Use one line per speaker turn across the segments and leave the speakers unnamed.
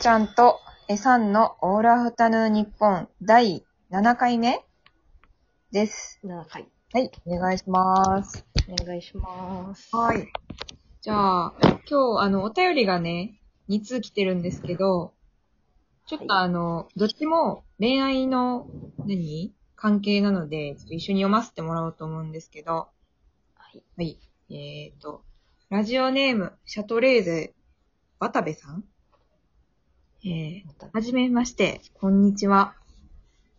ちゃんとえさんのオールアフタヌーン日本第7回目です。
7回。
はい、お願いします。
お願いします。
はい。じゃあ、今日、あの、お便りがね、2通来てるんですけど、ちょっと
は
あの、どっちも恋愛の、何関係なので、ちょっと一緒に読ませてもらおうと思うんですけど、
はい。
はい。えっ、と、ラジオネーム、シャトレーゼ、渡部さんえー、はじめまして、こんにちは。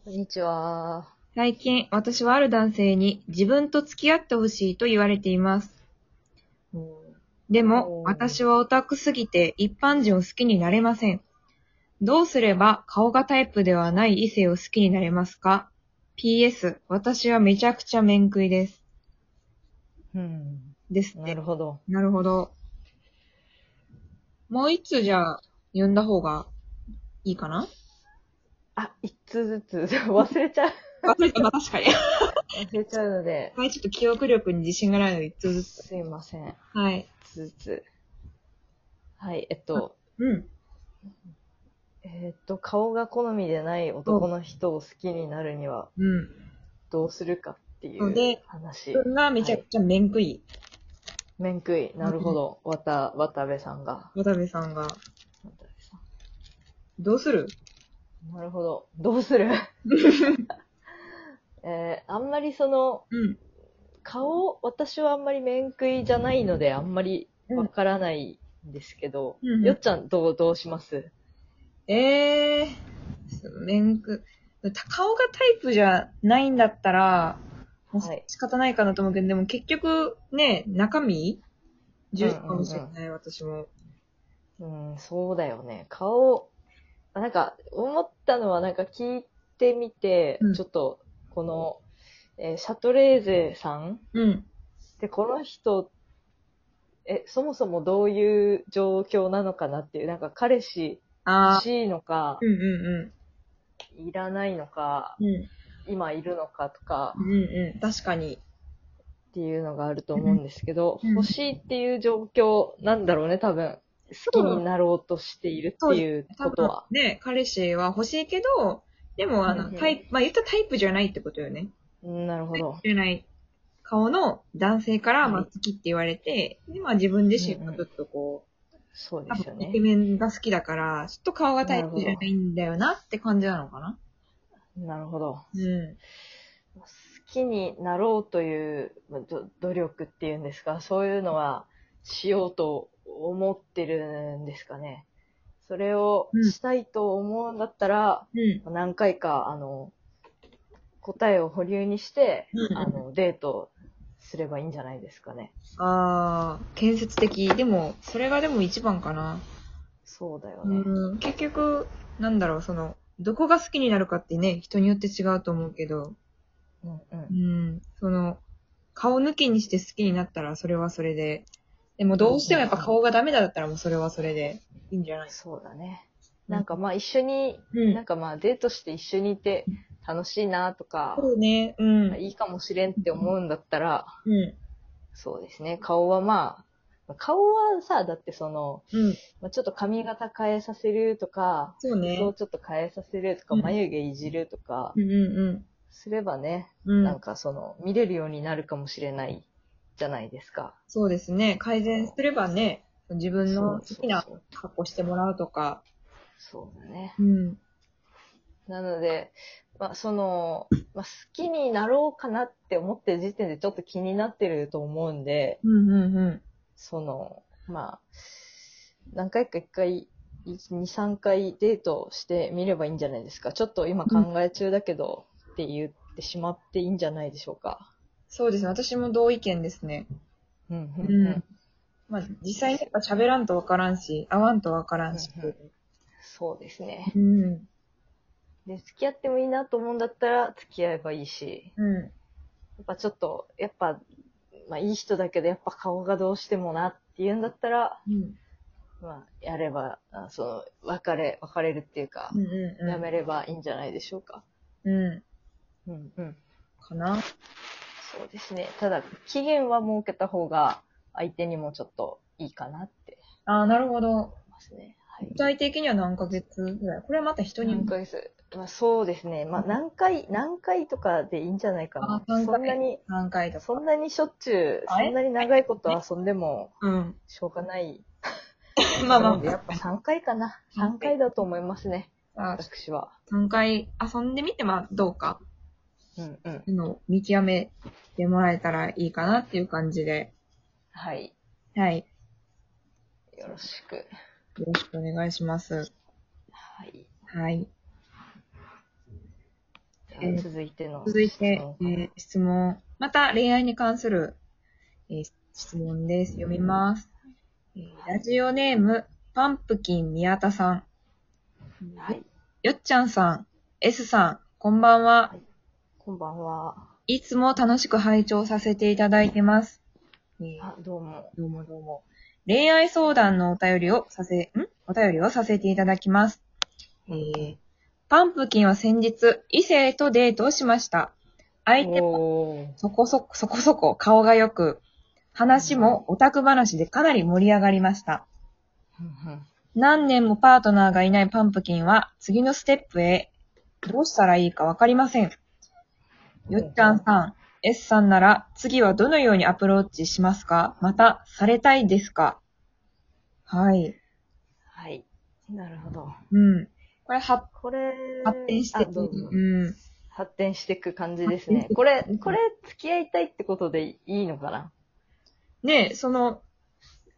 こんにちは。
最近、私はある男性に自分と付き合ってほしいと言われています。
うん
で
お
も、
ー
私はオタクすぎて一般人を好きになれません。どうすれば顔がタイプではない異性を好きになれますか ?PS、私はめちゃくちゃ面食いです。
うん。
ですっ
な
て。
るほど。
なるほど。もう一つじゃあ、読んだ方がいいかな
あ、一通ずつ 忘れちゃう。
忘れたな、確かに。
忘れちゃうので、
はい、ちょっと記憶力に自信がないので、一つずつ。
すいません。
はい。
一つずつ。はい、えっと、
うん。
えっと、顔が好みでない男の人を好きになるには
うん。
どうするかってい
ので
う話
自。分がめちゃくちゃ面食い。
面食い。なるほど。わた、渡部さんが。
渡部さんが。
渡部さん
どうする
なるほど。どう するえー、あんまりその、
うん。
顔、私はあんまり面食いじゃないので、あんまりわからないんですけど、
うんうん
よっちゃんどう、どうします
ええー、面食い。た顔がタイプじゃないんだったら、
はい
仕方ないかなと思うけど、でも結局ね、中身重視かもしれない、
うん
私も。
うん、そうだよね。顔、あなんか、思ったのはなんか聞いてみて、
うん
ちょっと、この、えーシャトレーゼさん
うん。
で、この人、え、そもそもどういう状況なのかなっていう、なんか彼氏
あ
欲
あ。
しいのか
う、んうん
いらないのか、
うん。うん。
今いるのかとか、
うんうん。確かに。
っていうのがあると思うんですけど、
うん
欲しいっていう状況なんだろうね、多分。好きになろうとしているっていう
多
こと
分
は。
ね、彼氏は欲しいけど、でもあ
う
の、
んうん
タイプ、まあ言ったらタイプじゃないってことよね。
うんなるほど。
じゃない顔の男性から、
はい
まあ、好きって言われて、で、まあ自分自身もちょっとこ
そう
う、
で
多
すよ
分イ
ね
ケ。メンが好きだから、ちょっと顔がタイプじゃないんだよなって感じなのかな。
なるほど。
うん。
好きになろうというまあど努力っていうんですか、そういうのはしようと思ってるんですかね。それを
うん
したいと思うんだったら、
うん。
何回か、あの、答えを保留にして、
うんうん
あの、デートすればいいんじゃないですかね。
ああ、建設的。でも、それがでも一番かな。
そうだよね。
うん。結局、なんだろう、その、どこが好きになるかってね、人によって違うと思うけど、
うんうん
うん。その、顔抜きにして好きになったら、それはそれで。でも、どうしてもやっぱ顔がダメだったら、もうそれはそれで、いいんじゃない
そうだね。
うん
なんかまあ一緒に、
うん
なんかまあデートして一緒にいて楽しいなとか、
そうね。うん。
いいかもしれんって思うんだったら、
うん。
そうですね。顔はまあ、顔はさ、だってその、
うん。
まあ、ちょっと髪型変えさせるとか、
そうね
服をちょっと変えさせるとか、
うん
眉毛いじるとか、
うんうん
すればね、
うん。う
なん
ん。
かその、見れるようになるかもしれないじゃないですか。
そうですね。改善すればね、自分の好きな
そうそう
格好してもらうとか。
そうそうだね。
うん。
なので、まあ、その、まあ、好きになろうかなって思ってる時点でちょっと気になってると思うんで、
うんうんうん。
その、まあ、何回か一回、1 2、3回デートしてみればいいんじゃないですか。ちょっと今考え中だけど、って言ってしまっていいんじゃないでしょうか。
そうですね。私も同意見ですね。
うん、
う
うんん、うん。
まあ、実際にやっぱ喋らんとわからんし、会わんとわからんし。
そうですね。
うん。
で、付き合ってもいいなと思うんだったら、付き合えばいいし、
うん。
やっぱちょっと、やっぱ、まあいい人だけど、やっぱ顔がどうしてもなっていうんだったら、
うん。
まあ、やれば、あその、別れ、別れるっていうか
うん、うんうん。
やめればいいんじゃないでしょうか。
うん。
うんうん。
かな
そうですね。ただ、期限は設けた方が、相手にもちょっといいかなって
ああ、なるほど。
思いますね。はい
具。体的には何ヶ月ぐらいこれはまた人によ
何
る。
回数、まあ、そうですね。まあ、何回、何回とかでいいんじゃないかな
あ。何回
そんなに、
何回とか。
そんなにしょっちゅう、
あれ
そんなに長いこと遊んでも
うん。
しょうがない。
まあま
なのでやっぱ3回かな。3回だと思いますね。
あ、まあ、
私は。
3回遊んでみて、まあどうか、
うんうん。
の見極めてもらえたらいいかなっていう感じで。
はい。
はい。
よろしく。
よろしくお願いします。
はい。
はい。
では続いての。
続いて、え
うん
ー質問。また恋愛に関する、えー質問です。読みます、えーラジオネーム、パンプキン宮田さん。
はい。
よっちゃんさん、S さん、こんばんは。
こんばんは。
いつも楽しく拝聴させていただいてます。えー
あ、どうも。
どうもどうも。恋愛相談のお便りをさせ、んお便りをさせていただきます。えー、パンプキンは先日、異性とデートをしました。相手も
おー
そこそこ、そこそこ顔が良く、話もオタク話でかなり盛り上がりました。
うんうん
何年もパートナーがいないパンプキンは次のステップへどうしたらいいかわかりません。よっちゃんさん、S さんなら次はどのようにアプローチしますかまた、されたいですかはい。
はい。なるほど。
うん。これ発
これ、
発展して
あ
て、
どうぞ
うん。
発展していく感じです
発展してい
ね
く。
これ、これ、付き合いたいってことでいいのかな
ねえその、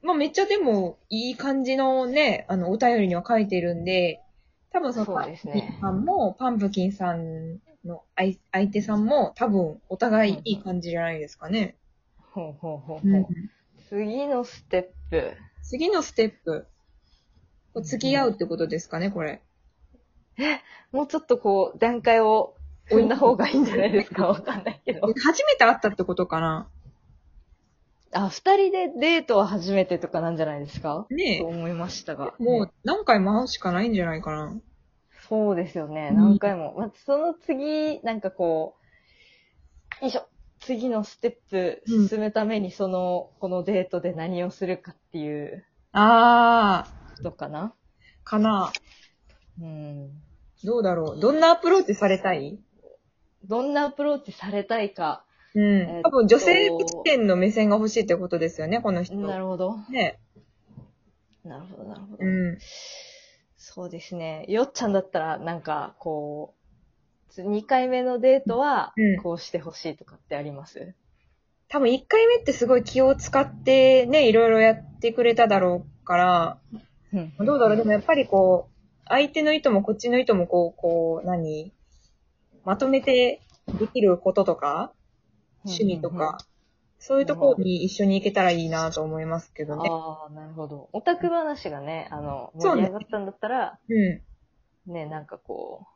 まあ、めっちゃでもいい感じのね、あの、お便りには書いてるんで、多分その、
そうですね
パンプキンさんも、パンプキンさんの相相手さんも、多分お互いいい感じじゃないですかね。
ほうほうほうほう。
うん、
次のステップ。
次のステップ。こう付き合うってことですかね、これ。
もうちょっとこう、段階を踏んだ方がいいんじゃないですかわかんないけど。
初めて会ったってことかな
あ、二人でデートは初めてとかなんじゃないですかと
ね
思いましたが。
え。もう何回も会うしかないんじゃないかな。
そうですよね。
うん
何回も。まあ、その次、なんかこう、よいしょ。次のステップ
うん
進むために、その、このデートで何をするかっていう
ああ、
ことかな。
かな。
うん。
どうだろう。どんなアプローチされたい
どんなアプローチされたいか。
うん。多分女性視点の目線が欲しいってことですよね、この人。
なるほど。
ね。
なるほど、なるほど。
うん。
そうですね。よっちゃんだったら、なんか、こう、つ二回目のデートは
うん、
こうしてほしいとかってあります、
多分1回目ってすごい気を使ってね、いろいろやってくれただろうから、
うん
どうだろうでもやっぱりこう、相手の意図もこっちの意図もこう、こう、何まとめてできることとか、趣味とか、。そういうところに一緒に行けたらいいなと思いますけどね。
ああ、なるほど。オタク話がね、あの、
そうね
盛り上がったんだったら、
うん。
ね、なんかこ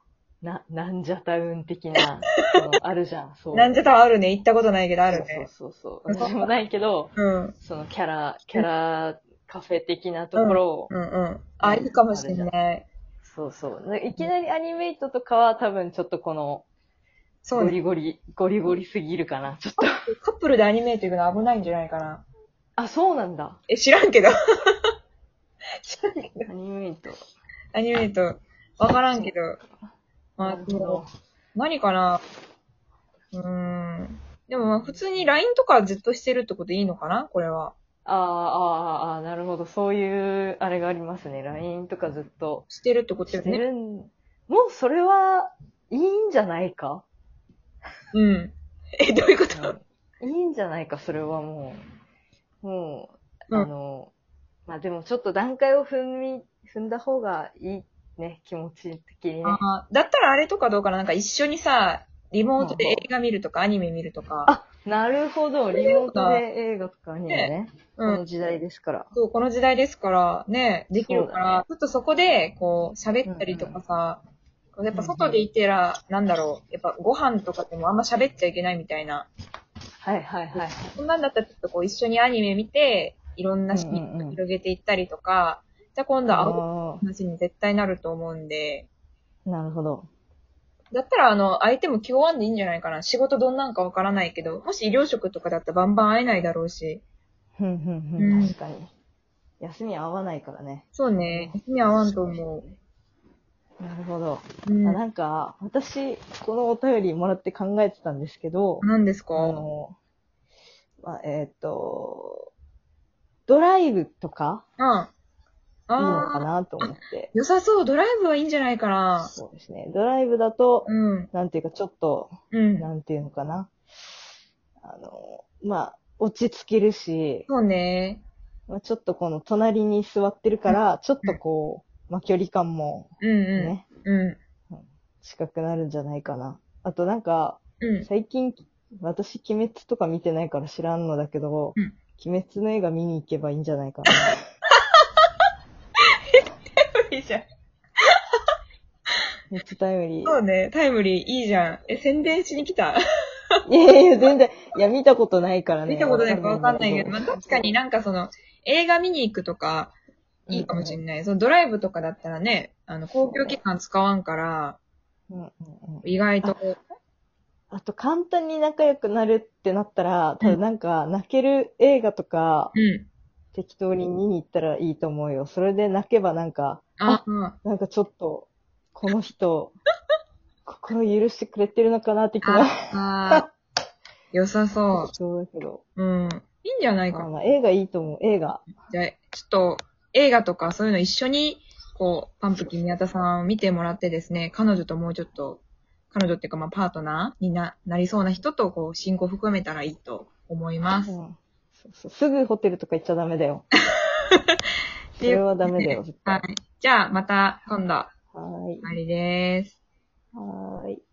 う、な、なんじゃタウン的 な、そのあるじゃん、そう。
なんじゃたあるね。行ったことないけどあるね。
そうそうそうそう。私もないけど、
うん。
そのキャラ、キャラカフェ的なところを、
うんうん。あ、いいかもしれない。
そうそう。でいきなりアニメイトとかは多分ちょっとこの、
そう
ゴ
ね。
リゴリ、ゴリゴリすぎるかな、ちょっと。
カップルでアニメート行くの危ないんじゃないかな。
あ、そうなんだ。
え、知らんけど。知らんけど。
アニメイト。
アニメート、わからんけど。ま
な
あ
る、
で
ほ
も
ど。
何かなうーん。でもまあ普通に LINE とかずっとしてるってことでいいのかなこれは。
あーあー、あーあー、なるほど。そういう、あれがありますね。LINE とかずっと。
してるってことだよ
して
ね。
るん、もうそれはいいんじゃないか、
うん。え、どういうこと
うん、いいんじゃないか、それはもう。もう、
うん
あの、まあでもちょっと段階を踏み、踏んだ方がいいね、気持ち的にね。
あーだったらあれとかどうかななんか一緒にさ、リモートで
うん
映
うん
画見るとかアニメ見るとか。
あ、なるほど、リモートで映画とかアニメね。
う
この
ん。
時代ですから。
そう、この時代ですから、ね、できるか
そうだ
ら、ちょっとそこで、こう、喋ったりとかさ、やっぱ外でいてら、なんだろう、やっぱご飯とかでもあんま喋っちゃいけないみたいな。
はいはいはい。
そんなんだったらちょっとこう一緒にアニメ見て、いろんなシー
うんうんう
ン
ん
を広げていったりとか、じゃあ今度は会う
あ
話に絶対なると思うんで、
ーなるほど。
だったらあの、相手も気負わんでいいんじゃないかな。仕事どんなんかわからないけど、もし医療職とかだったらバンバン会えないだろうし。
ふんふんふ
うん
ん、確かに。休み合わないからね。
そうね。休み合わんと思
なるほど。
う。うん。
あなんか、私、このお便りもらって考えてたんですけど、
何ですか
あの、まあ、えーっ、と、ドライブとか
うん。あ
いいのか
あー。
なと思って。
良さそう。ドライブはいいんじゃないかな。
そうですね。ドライブだと、
うん。
なんていうか、ちょっと、
うん。
なんていうのかな。あの、まあ、落ち着けるし、
そうね。
まあ、ちょっとこの隣に座ってるから、ちょっとこう、まあ、距離感も
うんうん。
ね、
うん。
近くなるんじゃないかな。あとなんか、
うん。
最近、私、鬼滅とか見てないから知らんのだけど、
うん
鬼滅の映画見に行けばいいんじゃないかな。
いいじゃん。
めっちゃタイムリ
そ
ー。
うね。タイムリーいいじゃん。え、宣伝しに来た。
いやいや、全然。いや、見たことないからね。
見たことないかわかんないけど、ま
わ
あ
かんないんだ
確かになんかその、映画見に行くとか、いいかもしれない。そのドライブとかだったらね、あの、公共機関使わんから、
うんうんうん
意外と、
あと、簡単に仲良くなるってなったら、多分なんか、泣ける映画とか、
うん。
適当に見に行ったらいいと思うよ。それで泣けばなんか、
ああ、
なんかちょっと、こ の人、心許してくれてるのかなって気も
ああ、良さ そ
そうだけど。
う。うん。いいんじゃない
まあ
か。
まあ映画いいと思う、映画。
じゃあ、ちょっと、映画とかそういうの一緒に、こう、パンプキン宮田さんを見てもらってですね、彼女ともうちょっと、彼女っていうかまあパートナーにな、なりそうな人と、こう、進行含めたらいいと思います。
うんそうそうすぐホテルとか行っちゃダメ だよ。それはダメだよ、絶
は
対。
い。じゃあ、また今度、終
はーい。
わりです。
はーい。